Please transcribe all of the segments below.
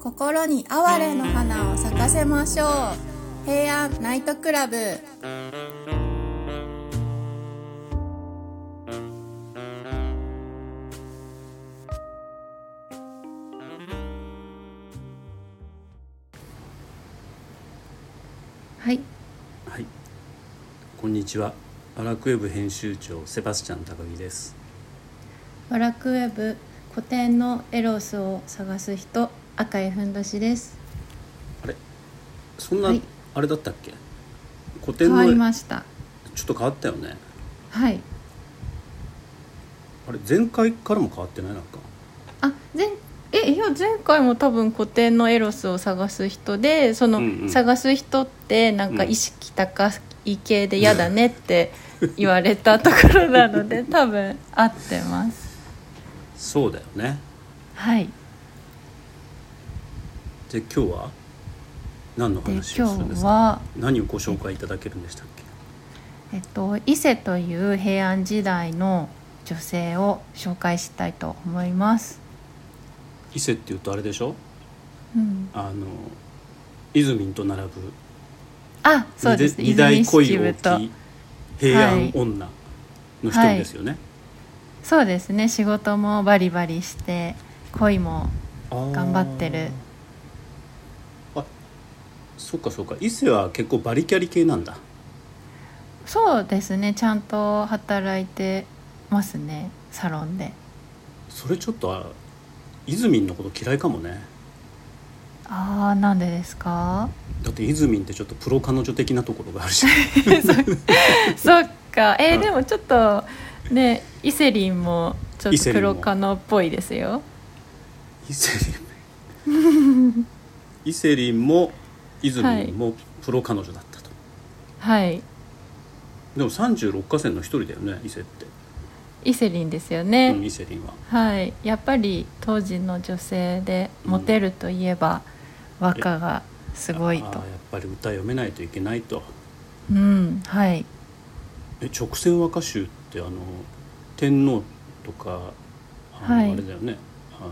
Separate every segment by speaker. Speaker 1: 心に哀れの花を咲かせましょう平安ナイトクラブ
Speaker 2: はい
Speaker 3: はい。こんにちは。アラクエブ編集長セバスチャン高木です。
Speaker 2: ワラクウェブ古典のエロスを探す人赤いふんどしです
Speaker 3: あれ、そんな、
Speaker 2: はい
Speaker 3: あれだったっけ？古典
Speaker 2: 変わり
Speaker 3: の
Speaker 2: ました
Speaker 3: ちょっと変わったよね。
Speaker 2: はい
Speaker 3: あれ前回からも変わってないなんか。
Speaker 2: あ前えいや前回も多分古典のエロスを探す人でその、
Speaker 3: うんうん
Speaker 2: 探す人ってなんか
Speaker 3: うん
Speaker 2: 意識高い系で嫌だねって言われたところな ので多分合ってます
Speaker 3: そうだよね。
Speaker 2: はい
Speaker 3: で今日は何の
Speaker 2: で今
Speaker 3: 話
Speaker 2: 日
Speaker 3: をするんですか？
Speaker 2: は
Speaker 3: 何をご紹介いただけるんでしたっけ？
Speaker 2: えっと、伊勢という平安時代の女性を紹介したいと思います。
Speaker 3: 伊勢っていうとあれでしょ？
Speaker 2: うん、
Speaker 3: あのイズミンと並ぶ
Speaker 2: あ、そうです。
Speaker 3: 二大恋
Speaker 2: 泉
Speaker 3: を
Speaker 2: 式部と
Speaker 3: 置き平安女の一人ですよね。
Speaker 2: そうですね。仕事もバリバリして、恋も頑張ってる
Speaker 3: あそっかそっか伊勢は結構バリキャリ系なんだ
Speaker 2: そうですね。ちゃんと働いてますね。サロンで。
Speaker 3: それちょっとあイズミンのこと嫌いかもね
Speaker 2: ああ、なんでで すか。
Speaker 3: だってイズミンってちょっとプロ彼女的なところがある し
Speaker 2: そっか。えー
Speaker 3: うん
Speaker 2: でもちょっとね、伊勢林もちょっ
Speaker 3: 伊
Speaker 2: と
Speaker 3: 勢林も
Speaker 2: 黒カノっぽいですよ。
Speaker 3: 伊勢林伊勢林もイズミンもプロ彼女だったと、
Speaker 2: はい。
Speaker 3: でも36河川の一人だよね伊勢って、
Speaker 2: 伊勢林ですよね。
Speaker 3: うん、伊勢林は
Speaker 2: はい、やっぱり当時の女性でモテるといえば、和歌がすごい
Speaker 3: あーや
Speaker 2: と
Speaker 3: っ。ぱり歌読めないといけないと
Speaker 2: うん、はい。
Speaker 3: え直線和歌集ってあの天皇とかあの、
Speaker 2: はい
Speaker 3: あれだよねあの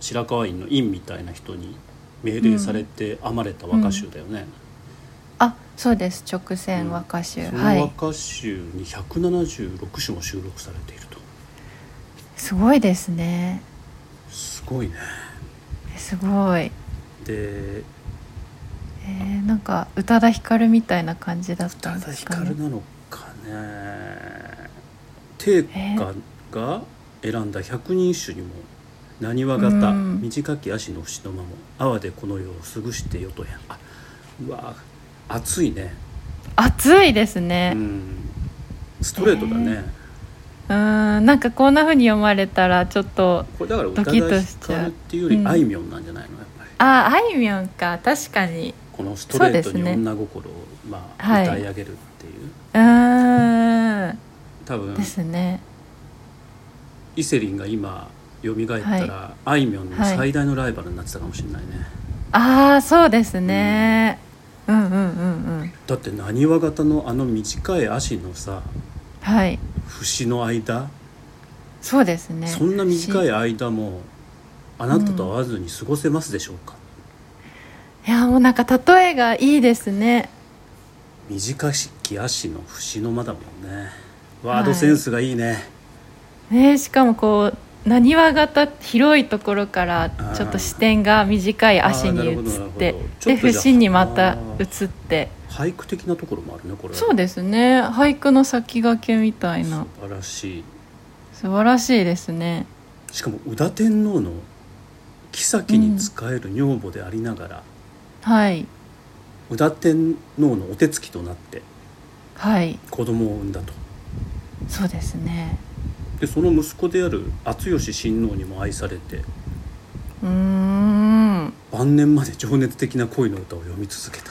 Speaker 3: 白河院の院みたいな人に命令されて編まれた和歌集だよね、
Speaker 2: あ、そうです。直線和歌集、
Speaker 3: そ
Speaker 2: は
Speaker 3: の和
Speaker 2: い。
Speaker 3: 歌集に176首も収録されていると
Speaker 2: すごいですね。
Speaker 3: すごいね
Speaker 2: すごい。
Speaker 3: で
Speaker 2: えー、なんか宇多田ヒカルみたいな感じだっ
Speaker 3: 宇
Speaker 2: た
Speaker 3: 多
Speaker 2: ん
Speaker 3: 田
Speaker 2: です
Speaker 3: ヒ
Speaker 2: か
Speaker 3: カル
Speaker 2: ね。
Speaker 3: なのかね定家が選んだ百人一首にも「なにわ型
Speaker 2: うん
Speaker 3: 短き足の節の間も泡でこの世をすぐしてよとや」あうわ熱いね、
Speaker 2: 熱いです
Speaker 3: う
Speaker 2: ね。
Speaker 3: ん、ストレートだね、
Speaker 2: うん、ん、なんかこんな風に読まれたらちょっと。
Speaker 3: これだから宇
Speaker 2: ドキッ
Speaker 3: 多田
Speaker 2: と
Speaker 3: ヒ
Speaker 2: しち
Speaker 3: カ
Speaker 2: ゃ
Speaker 3: ル
Speaker 2: う
Speaker 3: っていうより
Speaker 2: うん
Speaker 3: あいみょんなんじゃないのやっぱり
Speaker 2: あ、あいみょんか、確かに。
Speaker 3: このストレート
Speaker 2: そうで
Speaker 3: に
Speaker 2: すね
Speaker 3: 女心を、まあ、
Speaker 2: はい
Speaker 3: 歌い上げるっていう、
Speaker 2: うーん、
Speaker 3: 多分
Speaker 2: ですね。
Speaker 3: イセリンが今蘇ったら、あいみょんの最大のライバルになってたかもしれないね、
Speaker 2: ああそうですね、うん、うんうんうん
Speaker 3: だってなにわ型のあの短い足のさ
Speaker 2: はい
Speaker 3: 節の間、
Speaker 2: そうですね
Speaker 3: そんな短
Speaker 2: し
Speaker 3: い間もあなたと会わずに過ごせますでしょうか、
Speaker 2: いやもうなんか例えがいいですね
Speaker 3: 短き足の節の間だもんねワー
Speaker 2: は
Speaker 3: ド
Speaker 2: い
Speaker 3: センスがいいね、
Speaker 2: ねしかもこうなにわ型広いところからちょっと視点が短い足
Speaker 3: あ
Speaker 2: に移
Speaker 3: ーなる
Speaker 2: っ
Speaker 3: ほどなる
Speaker 2: て
Speaker 3: ほどちょ
Speaker 2: で
Speaker 3: っとじゃあ
Speaker 2: 節にまた移って
Speaker 3: 俳句的なところもあるねこれは
Speaker 2: そうですね俳句の先駆けみたいな
Speaker 3: 素晴らしい
Speaker 2: 素晴らしいですね
Speaker 3: しかも宇田天皇の妃に仕える女房でありながら、
Speaker 2: はい
Speaker 3: 宇田天皇のお手つきとなって
Speaker 2: はい
Speaker 3: 子供を産んだと
Speaker 2: そうですね
Speaker 3: でその息子である敦義親王にも愛されて
Speaker 2: うーん
Speaker 3: 晩年まで情熱的な恋の歌を読み続けた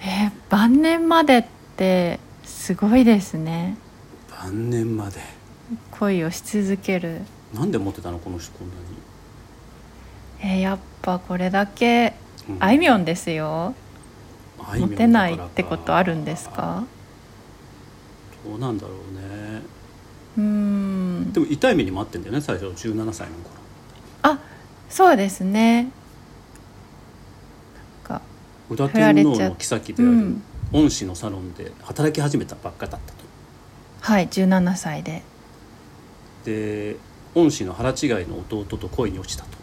Speaker 2: えー晩年までってすごいですね
Speaker 3: 晩年まで
Speaker 2: 恋をし続ける、
Speaker 3: なんでモテたのこの人こんなに、
Speaker 2: えーやっぱこれだけ
Speaker 3: うん
Speaker 2: あいみょんですよ、
Speaker 3: あいみょ
Speaker 2: モ
Speaker 3: んだ
Speaker 2: テないっ
Speaker 3: からか
Speaker 2: てことあるんですか
Speaker 3: どうなんだろうね
Speaker 2: うーん
Speaker 3: でも痛い目にもあってんだよね最初17歳の頃
Speaker 2: そうですね
Speaker 3: 宇田
Speaker 2: 振られ
Speaker 3: 天
Speaker 2: ちゃ
Speaker 3: 皇の妃であ
Speaker 2: う
Speaker 3: る
Speaker 2: ん
Speaker 3: 恩師のサロンで働き始めたばっかだったと。
Speaker 2: はい17歳で
Speaker 3: で恩師の腹違いの弟と恋に落ちたとこ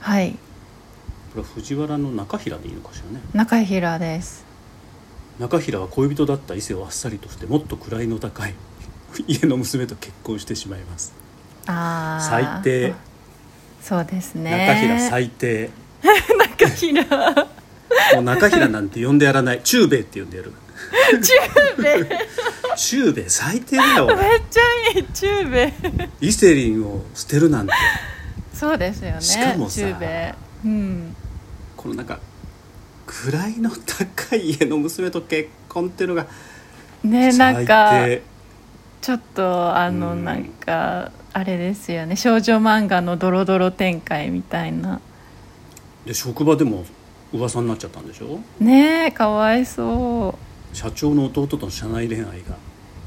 Speaker 2: はい
Speaker 3: れは藤原の中平でいいのかしらね
Speaker 2: 中平です
Speaker 3: 中平は恋人だった伊勢をあっさりとしてもっと位の高い家の娘と結婚してしまいます、
Speaker 2: あー
Speaker 3: 最低
Speaker 2: そうですね
Speaker 3: 中平最低
Speaker 2: 中平 中
Speaker 3: もう中平なんて呼んでやらない 中兵衛って呼んでやる
Speaker 2: 米めっ
Speaker 3: 中兵衛最低だ よお前
Speaker 2: ちゃいい中米
Speaker 3: 伊勢林を捨てるなんて
Speaker 2: そうですよね
Speaker 3: しかもさ
Speaker 2: 中米うん
Speaker 3: このなんか位の高い家の娘と結婚っていうのが
Speaker 2: ねなん
Speaker 3: 最
Speaker 2: か
Speaker 3: 低
Speaker 2: ちょっとあの
Speaker 3: うん
Speaker 2: なんかあれですよね少女漫画のドロドロ展開みたいな
Speaker 3: で職場でも噂になっちゃったんでしょ
Speaker 2: ねえかわいそ
Speaker 3: 社長の弟との社内恋愛が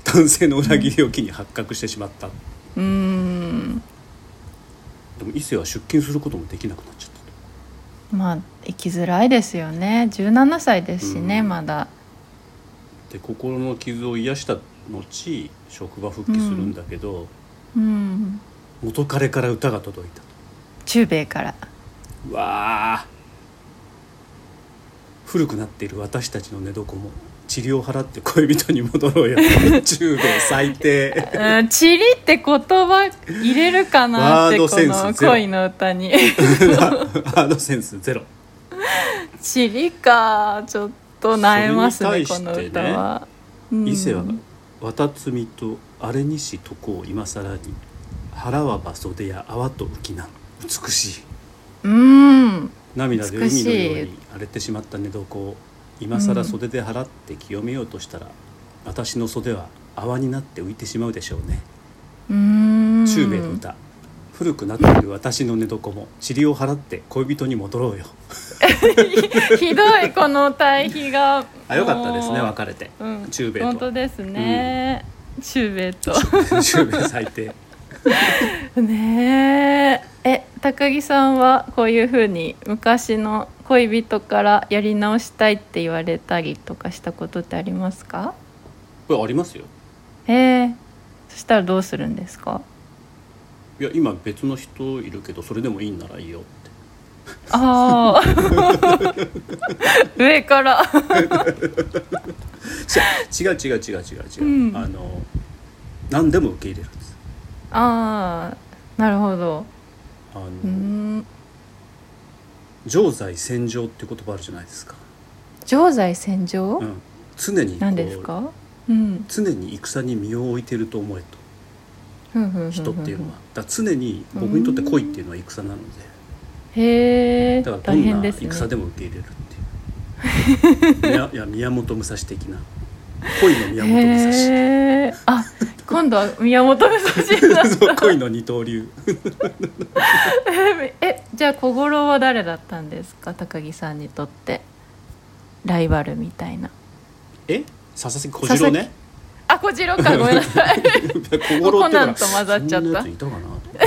Speaker 3: 男性の裏切りを機に発覚してしまった、
Speaker 2: ううん
Speaker 3: でも伊勢は出勤することもできなくなっちゃったと
Speaker 2: まあ生きづらいですよね17歳ですしね、
Speaker 3: うん
Speaker 2: まだ
Speaker 3: で心の傷を癒した後職場復帰するんだけど、
Speaker 2: うん
Speaker 3: 元彼から歌が届いたと
Speaker 2: 中米から
Speaker 3: うわあ古くなっている私たちの寝床も治療を払って恋人に戻 ろうよ中米最低
Speaker 2: うん「チリ」って言葉入れるかなって
Speaker 3: ワード
Speaker 2: こ
Speaker 3: センス
Speaker 2: の
Speaker 3: ゼロ
Speaker 2: 恋の 歌に
Speaker 3: ハードセンスゼロ
Speaker 2: 「チリ」かちょっと萎えますね
Speaker 3: それ
Speaker 2: こ
Speaker 3: に
Speaker 2: の
Speaker 3: 対してね
Speaker 2: 歌は。うん
Speaker 3: 伊勢は綿摘と荒れにしとこを今さらに腹は場袖や泡と浮きな美しい
Speaker 2: うん
Speaker 3: 涙で海のよう
Speaker 2: 美し
Speaker 3: に荒れてしまった寝床を今さら袖で払って清めようとしたら、私の袖は泡になって浮いてしまうでしょうね
Speaker 2: うん
Speaker 3: 中米の歌、古くなっている私の寝床も塵を払って恋人に戻ろうよ
Speaker 2: ひどいこの対比が
Speaker 3: あよかったですね
Speaker 2: もう
Speaker 3: 別れて、
Speaker 2: うん
Speaker 3: 中米
Speaker 2: 本
Speaker 3: と
Speaker 2: 当ですね、中米と
Speaker 3: 中米最低
Speaker 2: ねええ高木さんはこういうふうに昔の恋人からやり直したいって言われたりとかしたことってありますか
Speaker 3: これありますよ
Speaker 2: ええそしたらどうするんですか
Speaker 3: いや今別の人いるけどそれでもいいんならいいよって
Speaker 2: ああ 上から
Speaker 3: 違う違う違う違う違う、
Speaker 2: うん
Speaker 3: あの何でも受け入れるんです
Speaker 2: ああなるほど
Speaker 3: あの、
Speaker 2: うん
Speaker 3: 常在戦場って言葉あるじゃないですか、
Speaker 2: 常在戦場、
Speaker 3: うん、常にこう
Speaker 2: なんですかうん
Speaker 3: 常に戦に身を置いてると思えと人
Speaker 2: 人
Speaker 3: っていうのはだから常に僕にとって恋っていうのは戦なので
Speaker 2: へえ
Speaker 3: だから
Speaker 2: 大
Speaker 3: どん
Speaker 2: 変
Speaker 3: な
Speaker 2: ですね
Speaker 3: 戦でも受け入れるって いういやいや宮本武蔵的な恋の宮本武蔵
Speaker 2: へえあ今度は宮本武蔵にな っ
Speaker 3: そう恋の二刀流
Speaker 2: たえじゃあ小五郎は誰だったんですか高木さんにとってライバルみたいな
Speaker 3: え佐々木小次郎ね
Speaker 2: あ小次郎かごめんなさ い
Speaker 3: いや小五郎っていうのは
Speaker 2: コナンと混ざっちゃった
Speaker 3: そんなやついたかなと思って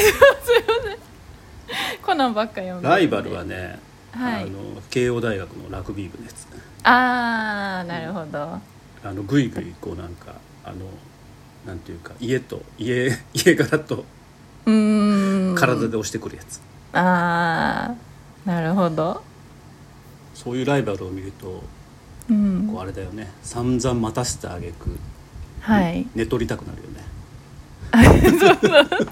Speaker 2: コナンばっか読んでる
Speaker 3: ライバルはね、
Speaker 2: はい
Speaker 3: あの慶応大学のラグビー部のやつ
Speaker 2: ああなるほど
Speaker 3: あのぐいぐいこうなんかあのなんていうか家と家 家柄と
Speaker 2: うーん
Speaker 3: 体で押してくるやつ、
Speaker 2: ああなるほど
Speaker 3: そういうライバルを見ると
Speaker 2: う
Speaker 3: こうんあれだよね散々待たせてあげく
Speaker 2: はい
Speaker 3: 寝取りたくなるよね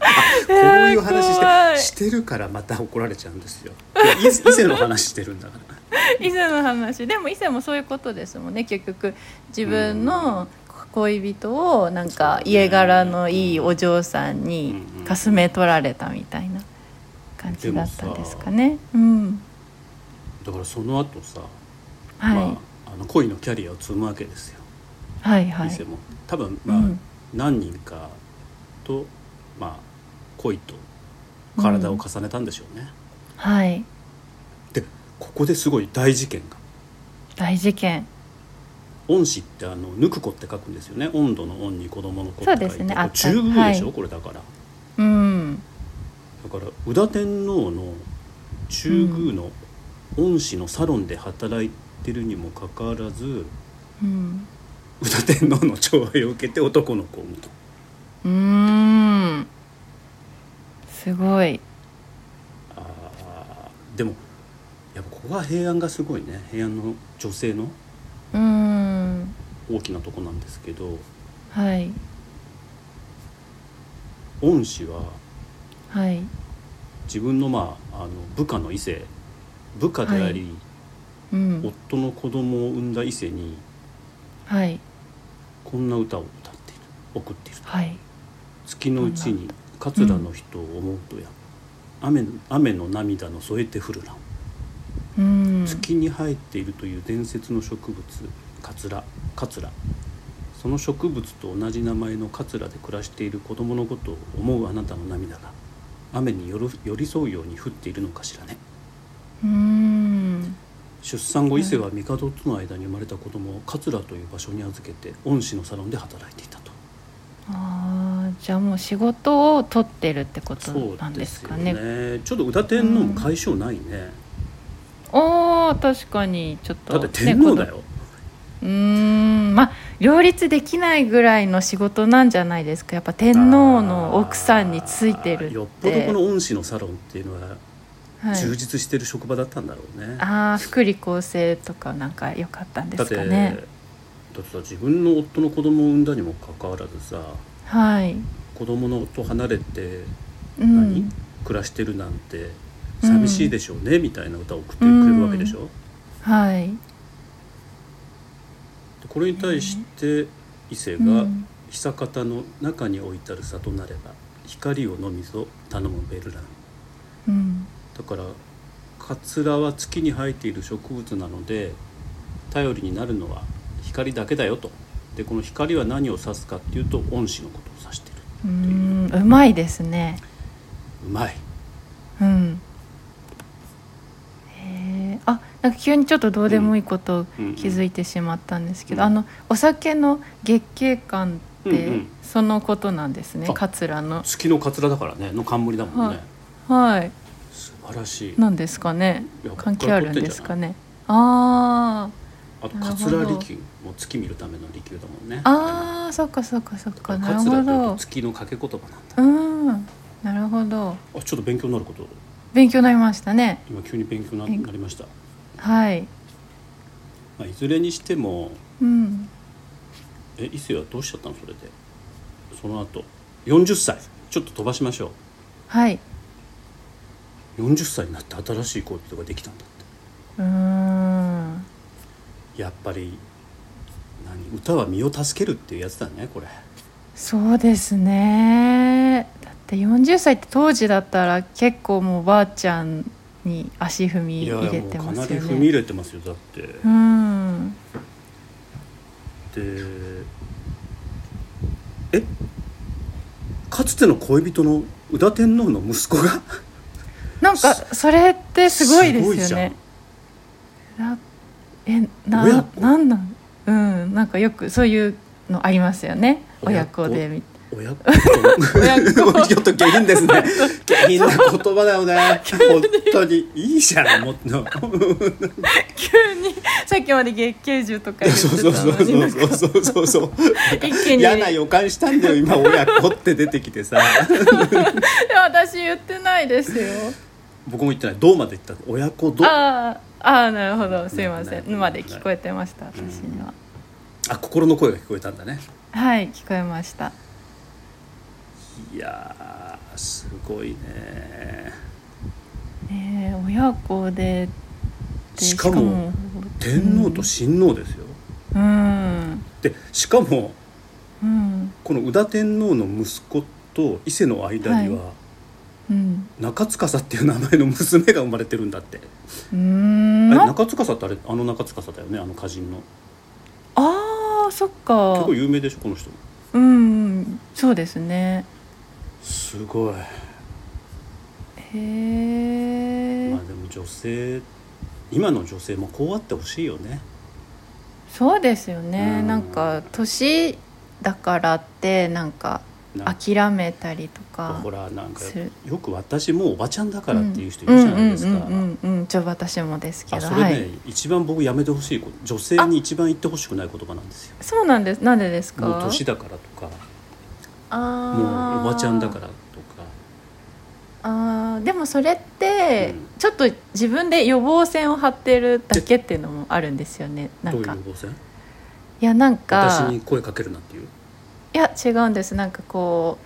Speaker 3: あこういう話
Speaker 2: えー怖い
Speaker 3: してしてるからまた怒られちゃうんですよいや伊勢伊勢の話してるんだから
Speaker 2: 伊勢の話でも伊勢もそういうことですもんね結局自分の恋人をなん
Speaker 3: そう
Speaker 2: か
Speaker 3: ね
Speaker 2: 家柄のいいお嬢さんに
Speaker 3: うんうん
Speaker 2: かすめ取られたみたいな感じだったんですかね。うん
Speaker 3: だからその後さ、
Speaker 2: は
Speaker 3: まあ、あの恋のキャリアを積むわけですよ
Speaker 2: いはいは
Speaker 3: 店
Speaker 2: い
Speaker 3: も多分まあ、
Speaker 2: うん
Speaker 3: 何人かとまあ恋と体を重ねたんでしょうね、
Speaker 2: はい
Speaker 3: でここですごい大事件が
Speaker 2: 大事件
Speaker 3: 恩師ってあの「ぬく子」って書くんですよね温度の温に子供の子って書いて
Speaker 2: そうです
Speaker 3: こ
Speaker 2: ね
Speaker 3: れ
Speaker 2: あった
Speaker 3: 中宮でしょ、
Speaker 2: はい
Speaker 3: これだから
Speaker 2: うん
Speaker 3: だから宇田天皇の中宮の恩師のサロンで働いてるにもかかわらず
Speaker 2: うん
Speaker 3: 宇多天皇の寵愛を受けて男の子を産むと
Speaker 2: うーんすごい
Speaker 3: あーでもやっぱここが平安がすごいね平安の女性の
Speaker 2: うーん
Speaker 3: 大きなとこなんですけど
Speaker 2: はい
Speaker 3: 恩師は
Speaker 2: はい
Speaker 3: 自分の,、まあ、あの部下の異性部下であり、
Speaker 2: うん
Speaker 3: 夫の子供を産んだ異性に
Speaker 2: はい
Speaker 3: こんな歌を歌っている送っている
Speaker 2: はい
Speaker 3: 月のうちに桂の人を思うとや、雨の雨の涙の添えて降るらん、
Speaker 2: うん
Speaker 3: 月に生えているという伝説の植物桂桂その植物と同じ名前の桂で暮らしている子供のことを思うあなたの涙が雨による寄り添うように降っているのかしらね
Speaker 2: うーん
Speaker 3: 出産後伊勢は帝との間に生まれた子供を桂という場所に預けて恩師のサロンで働いていたと
Speaker 2: あーじゃあもう仕事を取ってるってことなんですかね
Speaker 3: ねちょっと宇多天皇も解消ないね、
Speaker 2: おー確かにちょっと、
Speaker 3: だって天皇だ
Speaker 2: ね
Speaker 3: よ、
Speaker 2: このうーんまあ両立できないぐらいの仕事なんじゃないですかやっぱ天皇の奥さんについてるって
Speaker 3: よっぽどこの恩師のサロンっていうのは
Speaker 2: はい
Speaker 3: 充実してる職場だったんだろうね、
Speaker 2: ああ福利厚生とかなんか良かったんで
Speaker 3: だっ
Speaker 2: す
Speaker 3: て
Speaker 2: か
Speaker 3: だ
Speaker 2: ね
Speaker 3: ってさ自分の夫の子供を産んだにもかかわらずさ
Speaker 2: はい、
Speaker 3: 子供のと離れて
Speaker 2: う
Speaker 3: 何、
Speaker 2: ん、
Speaker 3: 暮らしてるなんて
Speaker 2: うん
Speaker 3: 寂しいでしょうね、みたいな歌を送ってくれるわけでしょ、
Speaker 2: はい
Speaker 3: でこれに対して伊勢
Speaker 2: う
Speaker 3: が
Speaker 2: ん
Speaker 3: 「久方の中に置いたる差となれば光をのみぞ頼むベルラン」
Speaker 2: うん
Speaker 3: だからカツラは月に生えている植物なので頼りになるのは光だけだよとでこの光は何を指すかっていうと恩師のことを指している
Speaker 2: うんうまいですね
Speaker 3: うまい
Speaker 2: うんへえあなんか急にちょっとどうでもいいこと気づ
Speaker 3: い
Speaker 2: いてしまったんですけど、
Speaker 3: うん
Speaker 2: あのお酒の月経感っ
Speaker 3: うんう
Speaker 2: て
Speaker 3: ん
Speaker 2: そのことなんですね、
Speaker 3: あ
Speaker 2: 桂の
Speaker 3: 月のカツラだからねの冠だもんね、
Speaker 2: ははい
Speaker 3: 素晴らしい
Speaker 2: なんですかね
Speaker 3: いや
Speaker 2: 関係あるんですかねあー
Speaker 3: あと
Speaker 2: な
Speaker 3: カ
Speaker 2: るほ
Speaker 3: ツ
Speaker 2: ど
Speaker 3: ラ利休も月見るための利休だもんね
Speaker 2: あーそっかそっかそっ
Speaker 3: カ
Speaker 2: かなる
Speaker 3: ツラ
Speaker 2: ほ
Speaker 3: という
Speaker 2: ど
Speaker 3: と月の掛け言葉なんだ、
Speaker 2: うんなるほど
Speaker 3: あちょっと勉強になること
Speaker 2: 勉強になりましたね
Speaker 3: 今急に勉強にな
Speaker 2: 勉強
Speaker 3: なりました、
Speaker 2: はい
Speaker 3: まあ、いずれにしても
Speaker 2: うん
Speaker 3: え伊勢はどうしちゃったのそれでその後40歳ちょっと飛ばしましょ
Speaker 2: はいう
Speaker 3: 40歳になって新しい恋人ができたんだっ
Speaker 2: うーん
Speaker 3: てやっぱり何歌は身を助けるっていうやつだねこれ
Speaker 2: そうですねだって40歳って当時だったら結構もうおばあちゃんに足踏み
Speaker 3: いや
Speaker 2: 入
Speaker 3: い
Speaker 2: れ
Speaker 3: やもう
Speaker 2: て
Speaker 3: か
Speaker 2: ま
Speaker 3: な
Speaker 2: す
Speaker 3: り
Speaker 2: よ
Speaker 3: 踏み入
Speaker 2: ね
Speaker 3: れてますよだって
Speaker 2: うん
Speaker 3: でえかつての恋人の宇多天皇の息子が
Speaker 2: なんかそれってすごいです
Speaker 3: す
Speaker 2: よ
Speaker 3: ごい
Speaker 2: ねだえな
Speaker 3: 親子
Speaker 2: なんなんうんなんかよくそういうのありますよね
Speaker 3: 親
Speaker 2: 親
Speaker 3: 子
Speaker 2: 子でみ
Speaker 3: 親子と
Speaker 2: 親子
Speaker 3: ちょっと下品ですね下品な言葉だよね本当にいいじゃんもっと
Speaker 2: 急にさっきまで月桂樹とか言って
Speaker 3: そう
Speaker 2: た
Speaker 3: そうそう
Speaker 2: のになんか
Speaker 3: そうそうそうそう
Speaker 2: 一気に
Speaker 3: 嫌な予感したんだよ今親子って出てきてさ
Speaker 2: いや私言ってないですよ
Speaker 3: 僕も言ってない「どう」まで言った親子どあ
Speaker 2: あーあーなるほどすいませ
Speaker 3: ね
Speaker 2: ん
Speaker 3: ね
Speaker 2: 沼で聞こえてました私には
Speaker 3: 心の声が聞こえたんだね
Speaker 2: はい聞こえました
Speaker 3: いやーすごいね
Speaker 2: ねえ親子でで
Speaker 3: しかも天皇と親王ですよ、
Speaker 2: うん
Speaker 3: でしかも
Speaker 2: うん
Speaker 3: この宇多天皇の息子と伊勢の間には、
Speaker 2: うん
Speaker 3: 中司っていう名前の娘が生まれてるんだって、
Speaker 2: うーん
Speaker 3: あれ
Speaker 2: な
Speaker 3: 中司ってあれあの中司だよねあの歌人の
Speaker 2: あーそっか
Speaker 3: 結構有名でしょこの人も
Speaker 2: うんそうですね
Speaker 3: すごい
Speaker 2: へえ、
Speaker 3: まあでも女性今の女性もこうあってほしいよね
Speaker 2: そうですよね、
Speaker 3: うん
Speaker 2: なんか年だからってなんか
Speaker 3: なんか
Speaker 2: 諦めたりとか
Speaker 3: ほらなんか
Speaker 2: する
Speaker 3: よく私もうおばちゃんだからっていう人いるじゃないです
Speaker 2: うん
Speaker 3: か
Speaker 2: うんうんうんうんちょ私もですけ
Speaker 3: あ
Speaker 2: ど
Speaker 3: それね、
Speaker 2: はい
Speaker 3: 一番僕やめてほしいこと女性に一番言ってほしくない言葉なんですよ
Speaker 2: そうなんですなんでですか
Speaker 3: もう年だからとか
Speaker 2: あ
Speaker 3: もうおばちゃんだかららとか
Speaker 2: あーでもそれって
Speaker 3: うん
Speaker 2: ちょっと自分で予防線を張ってるだけっていうのもあるんですよねな
Speaker 3: どうんいう
Speaker 2: か
Speaker 3: 防線
Speaker 2: いやなん
Speaker 3: 私
Speaker 2: か
Speaker 3: に声かけるなっていう
Speaker 2: いや違うんですなんかこ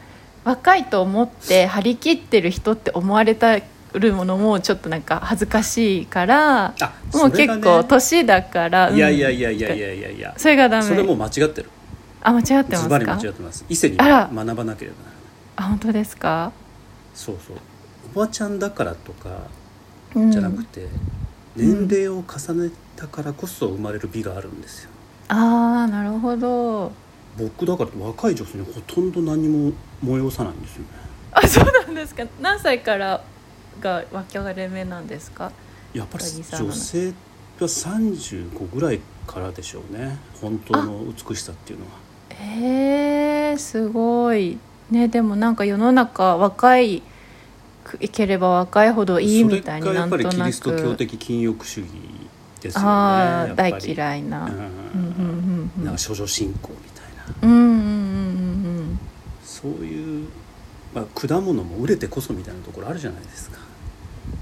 Speaker 2: う若いと思って張り切ってる人って思われたるものもちょっとなんか恥ずかしいから
Speaker 3: あ
Speaker 2: もう
Speaker 3: それが
Speaker 2: 結
Speaker 3: ね
Speaker 2: 構年だから、うん
Speaker 3: いやいやいやいやいやいやいや
Speaker 2: それがダメ
Speaker 3: それもう間違ってる
Speaker 2: あ間違ってます
Speaker 3: ズバリ間
Speaker 2: か
Speaker 3: 違ってます伊勢に
Speaker 2: あら
Speaker 3: 学ばなければならない
Speaker 2: あ本当ですか、
Speaker 3: そうそうおばちゃんだからとか
Speaker 2: うん、
Speaker 3: じゃなくて、年齢を重ねたからこそ生まれる美があるんですよ
Speaker 2: ああなるほど
Speaker 3: 僕だから若い女性にほとんど何も催さないんですよね
Speaker 2: あそうなんですか何歳からが分かれ目なんですか
Speaker 3: やっぱり
Speaker 2: 高木さん
Speaker 3: 女性は35ぐらいからでしょうね本当の美しさっていうのは
Speaker 2: へえすごいねでもなんか世の中若いくければ若いほどいい
Speaker 3: それ
Speaker 2: み
Speaker 3: が
Speaker 2: たいに
Speaker 3: やっ
Speaker 2: なんと
Speaker 3: ぱり
Speaker 2: なく
Speaker 3: キリスト教的禁欲主義ですよね
Speaker 2: あ
Speaker 3: や
Speaker 2: あ
Speaker 3: っぱり
Speaker 2: 大嫌いな、う
Speaker 3: うん
Speaker 2: う
Speaker 3: ん
Speaker 2: んうんうん
Speaker 3: なんか処女信仰みたいな
Speaker 2: うんうんうんうんうん
Speaker 3: そういう、まあ、果物も売れてこそみたいなところあるじゃないですか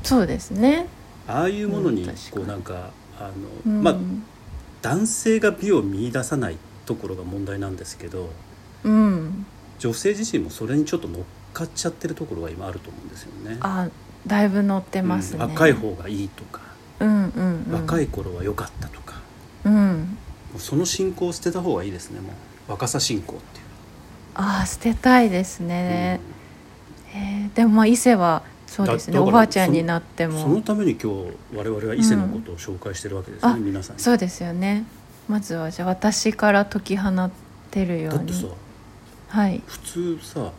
Speaker 2: そうですね、
Speaker 3: ああいうものに
Speaker 2: うん確か
Speaker 3: こ
Speaker 2: に
Speaker 3: うなんかあ
Speaker 2: う
Speaker 3: の、
Speaker 2: ん、
Speaker 3: まあ男性が美を見出さないところが問題なんですけど
Speaker 2: うん
Speaker 3: 女性自身もそれにちょっと乗っかっちゃってるところが今あると思うんですよね。
Speaker 2: あだいぶ乗ってますね、
Speaker 3: うん若い方がいいとか、
Speaker 2: うんうん、うん、
Speaker 3: 若い頃は良かったとか
Speaker 2: うん
Speaker 3: もうその信仰を捨てた方がいいですねもう若さ信仰っていう。
Speaker 2: ああ捨てたいですね、へえでもまあ伊勢はそうですね
Speaker 3: だだ
Speaker 2: お
Speaker 3: から
Speaker 2: ばあちゃんになって
Speaker 3: うん
Speaker 2: も
Speaker 3: そのために今日我々は伊勢のことを紹介してるわけですね、
Speaker 2: あ
Speaker 3: 皆さんに
Speaker 2: そうですよねまずはじゃあ私から解き放ってるよ
Speaker 3: だ
Speaker 2: う
Speaker 3: ってさ
Speaker 2: にはい
Speaker 3: 普通さ、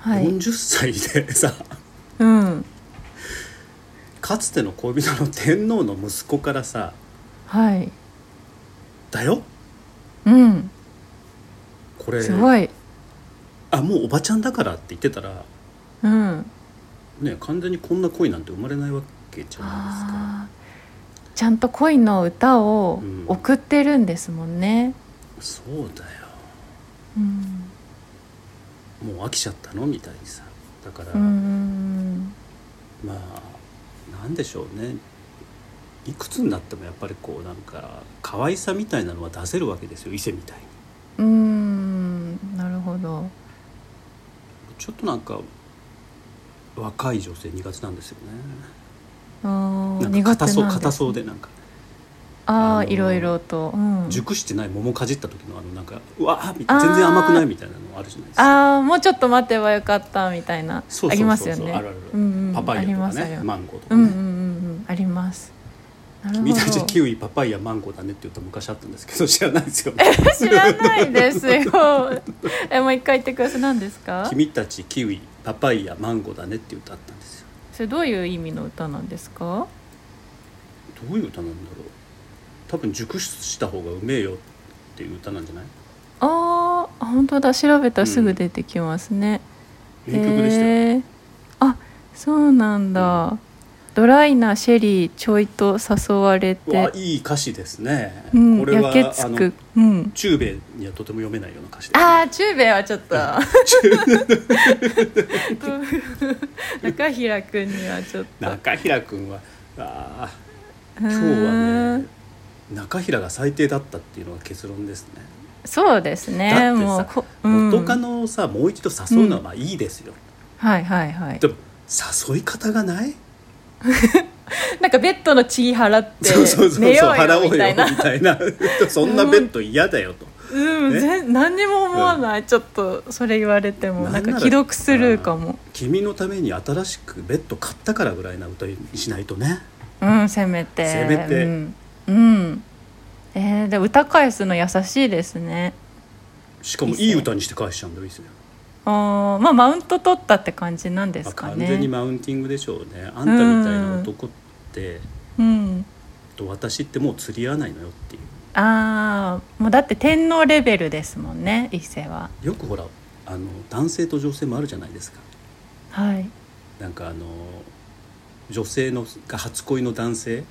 Speaker 2: はい
Speaker 3: 40歳でさ
Speaker 2: うん
Speaker 3: かつての恋人の天皇の息子からさ
Speaker 2: はい
Speaker 3: 「だよ
Speaker 2: うん
Speaker 3: これ
Speaker 2: すごい
Speaker 3: あもうおばちゃんだから」って言ってたら、
Speaker 2: うん
Speaker 3: ね、完全にこんな恋なんて生まれないわけじゃない
Speaker 2: あーちゃんと恋の歌を
Speaker 3: うん
Speaker 2: 送ってるんですもんね
Speaker 3: ですかそうだよ
Speaker 2: うん
Speaker 3: もう飽きちゃったのみたいにさだから、
Speaker 2: うんうん
Speaker 3: まあなんでしょうねいくつになってもやっぱりこうなんか可愛さみたいなのは出せるわけですよ伊勢みたいに
Speaker 2: うんうんなるほど
Speaker 3: ちょっとなんか若い女性苦手なんですよ
Speaker 2: あ
Speaker 3: ね
Speaker 2: ー
Speaker 3: なんか
Speaker 2: 苦手
Speaker 3: 硬そう
Speaker 2: なんで
Speaker 3: 硬
Speaker 2: す
Speaker 3: そうでなんか
Speaker 2: あ
Speaker 3: あ
Speaker 2: あ
Speaker 3: の
Speaker 2: いろいろと、うん、
Speaker 3: 熟してない桃かじった時のあのなんかうわーみたいな全然甘くないみたいなのあるじゃないですか
Speaker 2: ああもうちょっと待てばよかったみたいな
Speaker 3: そうそうそうそう
Speaker 2: ありますよね
Speaker 3: あるある
Speaker 2: うんうん
Speaker 3: パパイヤと
Speaker 2: ありま
Speaker 3: か
Speaker 2: すあり
Speaker 3: ね
Speaker 2: ます
Speaker 3: マンゴーと
Speaker 2: う
Speaker 3: か
Speaker 2: んうんう
Speaker 3: ね
Speaker 2: んうんありますなるほ
Speaker 3: 君たち
Speaker 2: ど
Speaker 3: キウイパパイヤマンゴーだねって言った昔あったんですけど知らないですよね
Speaker 2: 知らないですよ えもう一回言ってください何ですか
Speaker 3: 君たちキウイパパイヤマンゴーだねって歌あったんですよ
Speaker 2: それどういう意味の歌なんですか
Speaker 3: どういう歌なんだろう多分熟した方がうめえよっていう歌なんじゃない
Speaker 2: あー本当だ調べたらすぐ出てきますね、
Speaker 3: 名曲でしたよ、
Speaker 2: へーあそうなんだ、ドライなシェリーちょいと誘われ
Speaker 3: うわ
Speaker 2: て
Speaker 3: いい歌詞ですね、
Speaker 2: うん
Speaker 3: これは
Speaker 2: 焼けつ
Speaker 3: あの
Speaker 2: くうん
Speaker 3: 中米にはとても読めないような歌詞です、
Speaker 2: ああ中米はちょっと 中平くんにはちょっと
Speaker 3: 中平君はあー今
Speaker 2: 今
Speaker 3: 日はね中平が最低だったっていうのが結論ですね、
Speaker 2: そうですね
Speaker 3: だってさ
Speaker 2: もうこ、うん、
Speaker 3: 元カノをさもう一度誘うのはまあいいですよ、
Speaker 2: はいはいはい
Speaker 3: でも誘い方がない
Speaker 2: なんかベッドの血払って
Speaker 3: そうそうそう
Speaker 2: 寝
Speaker 3: そう
Speaker 2: よう
Speaker 3: 払おう
Speaker 2: よ
Speaker 3: よ
Speaker 2: み
Speaker 3: み
Speaker 2: た
Speaker 3: た
Speaker 2: い
Speaker 3: い
Speaker 2: な
Speaker 3: な そんなベッド嫌だよと、
Speaker 2: うん、
Speaker 3: ね
Speaker 2: 全何にも思わない、ちょっとそれ言われてもなんか既読するかも
Speaker 3: 君のために新しくベッド買ったからぐらいな歌にしないとね
Speaker 2: うんせめて
Speaker 3: せめて
Speaker 2: うん、うん、えー、で歌返すの優しいですね
Speaker 3: しかもいい歌にして返しちゃうんだよいいですよ
Speaker 2: あーまあマウント取ったって感じなんで
Speaker 3: まあ
Speaker 2: すかね
Speaker 3: 完全にマウンティングでしょうねあんたみたいな男って
Speaker 2: うん
Speaker 3: と私ってもう釣り合わないのよってい
Speaker 2: ああもうだって天皇レベルですもんね伊勢は
Speaker 3: うよくほらあの男性と女性もあるじゃないですか
Speaker 2: はい
Speaker 3: なんかあの女性のが初恋の男性
Speaker 2: う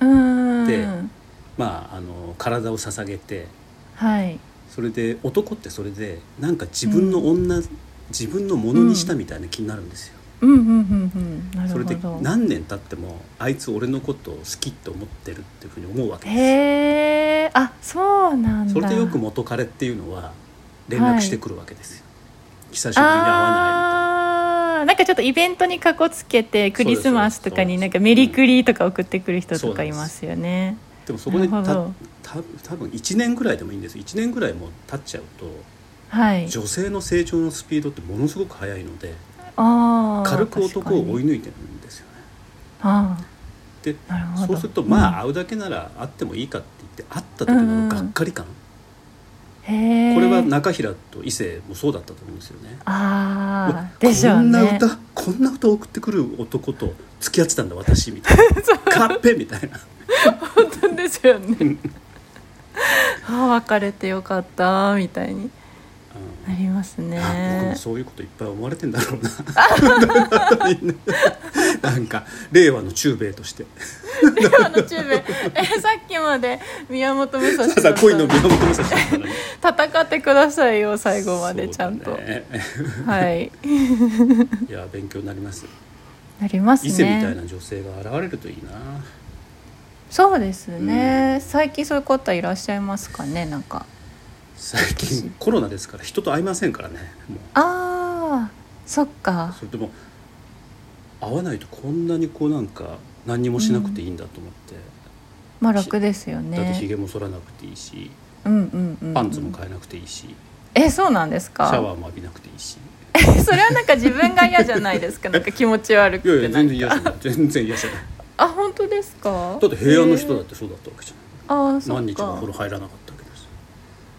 Speaker 3: で
Speaker 2: ーん
Speaker 3: まああの体を捧げて
Speaker 2: はい
Speaker 3: それで男ってそれでなんか自分の女、自分のものにしたみたいな気になるんですよ、
Speaker 2: うんうんうんうんなる
Speaker 3: そ
Speaker 2: ほ
Speaker 3: れで
Speaker 2: ど
Speaker 3: 何年経ってもあいつ俺のことを好きって思ってるっていうふうに思うわけですよ
Speaker 2: へえあそうなんだ
Speaker 3: それでよく元彼っていうのは連絡してくるわけですよ、久しぶりに会わないみたいな
Speaker 2: あーなんかちょっとイベントにかこつけてクリスマスとかに
Speaker 3: そうですそうです
Speaker 2: なんかメリクリとか送ってくる人とかいますよね。
Speaker 3: でもそこでた
Speaker 2: なるほど
Speaker 3: た多分1年ぐらいでもいいんです1年ぐらいもう経っちゃうと
Speaker 2: はい、
Speaker 3: 女性の成長のスピードってものすごく速いので
Speaker 2: あー
Speaker 3: 軽く男を追い
Speaker 2: 確かに
Speaker 3: 抜いてるんですよね
Speaker 2: あ
Speaker 3: で
Speaker 2: ーなるほど
Speaker 3: そうするとまあ
Speaker 2: あ、
Speaker 3: 会うだけなら会ってもいいかって言って会った時のがっかり感、
Speaker 2: うんへー
Speaker 3: これは中平と伊勢もそうだったと思うんですよね。
Speaker 2: あー
Speaker 3: うわ
Speaker 2: でしょ
Speaker 3: こ
Speaker 2: うん
Speaker 3: な
Speaker 2: ね
Speaker 3: 歌こんな歌送ってくる男と付き合ってたんだ私みた いなカッペみたいな
Speaker 2: 本当ですよねああ別れてよかったみたいに
Speaker 3: うん
Speaker 2: なります
Speaker 3: あ僕も
Speaker 2: ね
Speaker 3: そういうこといっぱい思われてんだろうなみん ななんか令和の中米として
Speaker 2: 今の中部 えさっきまで宮本武蔵だった
Speaker 3: さ
Speaker 2: の
Speaker 3: あ恋の宮本武蔵だったのに
Speaker 2: 戦ってくださいよ 最後までちゃんと、
Speaker 3: そうだね
Speaker 2: はい
Speaker 3: いや勉強になります
Speaker 2: なります
Speaker 3: 伊
Speaker 2: ね
Speaker 3: 勢みたいな女性が現れるといいな
Speaker 2: そうです
Speaker 3: う
Speaker 2: ね、
Speaker 3: ん
Speaker 2: 最近そういう方いらっしゃいますかねなんか
Speaker 3: 最近コロナですから人と会いませんからねもう
Speaker 2: あーそっか
Speaker 3: それでも会わないとこんなにこうなんか何にもしなくていいんだと思って、
Speaker 2: まあ楽ですよ
Speaker 3: だってひ
Speaker 2: ね
Speaker 3: げも剃らなくていいし
Speaker 2: うんうんうんうん
Speaker 3: パンツも変えなくていいし、
Speaker 2: えそうなんですか
Speaker 3: シャワーも浴びなくていいし
Speaker 2: それはなんか自分が嫌じゃないですかなんか気持ち悪
Speaker 3: いや
Speaker 2: く
Speaker 3: い
Speaker 2: て
Speaker 3: や
Speaker 2: な
Speaker 3: 全
Speaker 2: んか
Speaker 3: 然嫌じゃない全然嫌じゃ ない
Speaker 2: あ本当ですか
Speaker 3: だって平安の人だってそうだったわけじゃ
Speaker 2: あー
Speaker 3: な
Speaker 2: そ
Speaker 3: い、
Speaker 2: っ
Speaker 3: 何日もお風
Speaker 2: か
Speaker 3: 呂入らなかったわけです、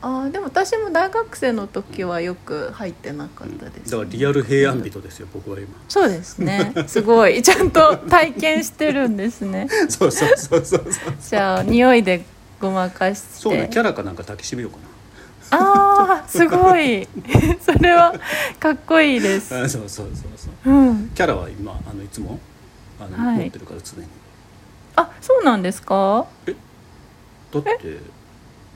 Speaker 2: あーでも私も大学生の時はよく入ってなかったです、
Speaker 3: だからリアル平安人ですよ僕は今
Speaker 2: そうですねすごいちゃんと体験してるんです ね
Speaker 3: そうそうそうそうそう
Speaker 2: じゃあ匂いでごまかして
Speaker 3: そうねキャラかなんか抱きしめようかな
Speaker 2: あーすごい それはかっこいいです
Speaker 3: あそうそうそうそう
Speaker 2: うん
Speaker 3: キャラは今あのいつもあの、
Speaker 2: はい
Speaker 3: 持ってるから常に
Speaker 2: あそうなんですか
Speaker 3: だって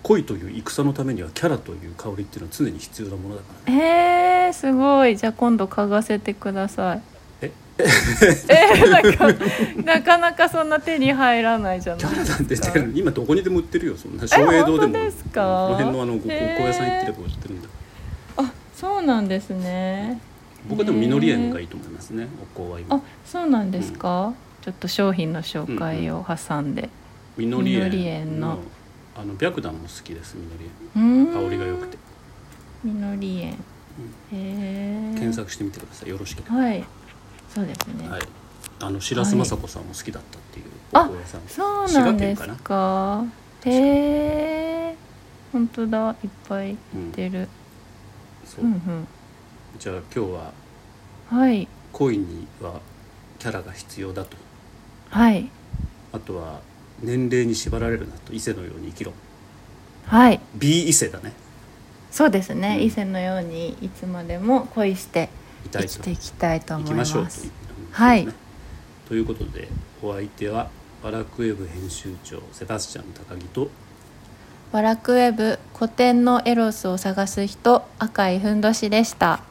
Speaker 3: 恋という戦のためにはキャラという香りっていうのは常に必要なものだからね
Speaker 2: へえすごいじゃあ今度嗅がせてください
Speaker 3: え
Speaker 2: えなんかなかなかそんな手に入らないじゃない
Speaker 3: キャ
Speaker 2: で
Speaker 3: ラ
Speaker 2: す
Speaker 3: な
Speaker 2: か
Speaker 3: んてだから今どこにでも売ってるよそんな松栄堂でも
Speaker 2: 本当ですか
Speaker 3: この辺のあのごお
Speaker 2: へー
Speaker 3: 高野さん行ってれば売ってるんだ
Speaker 2: あそうなんですね
Speaker 3: 僕はでも実り園がいいと思いますねお香は今
Speaker 2: あそうなんですか、ちょっと商品の紹介を挟んで
Speaker 3: 実り
Speaker 2: 実
Speaker 3: 園
Speaker 2: り園
Speaker 3: の
Speaker 2: の
Speaker 3: あの白檀も好きです実り
Speaker 2: うー
Speaker 3: 園
Speaker 2: ん
Speaker 3: 香りが良くて
Speaker 2: みのり園へえ
Speaker 3: 検索してみてくださいよろしけれ
Speaker 2: はいそうですね、
Speaker 3: ばはいあの白洲雅子さんも好きだったっていう
Speaker 2: はい
Speaker 3: お香屋さん
Speaker 2: そうなん
Speaker 3: 滋
Speaker 2: です
Speaker 3: 賀県
Speaker 2: かへえ本当だいっぱい出る、、
Speaker 3: そううん
Speaker 2: うん
Speaker 3: じゃあ今日は
Speaker 2: はい
Speaker 3: 恋にはキャラが必要だと
Speaker 2: はい
Speaker 3: あとは年齢に縛られるなと伊勢のように生きろ
Speaker 2: はい
Speaker 3: B 伊勢だね
Speaker 2: そうですね、
Speaker 3: うん
Speaker 2: 以前のようにいつまでも恋して
Speaker 3: いた
Speaker 2: 生
Speaker 3: い
Speaker 2: き
Speaker 3: と
Speaker 2: ていきたいと
Speaker 3: 行
Speaker 2: 思
Speaker 3: き
Speaker 2: い
Speaker 3: ま
Speaker 2: ま
Speaker 3: しょう
Speaker 2: す
Speaker 3: という
Speaker 2: はい
Speaker 3: ということでお相手はバラクウェブ編集長セバスチャン高木と
Speaker 2: バラクウェブ古典のエロスを探す人赤いふんどしでした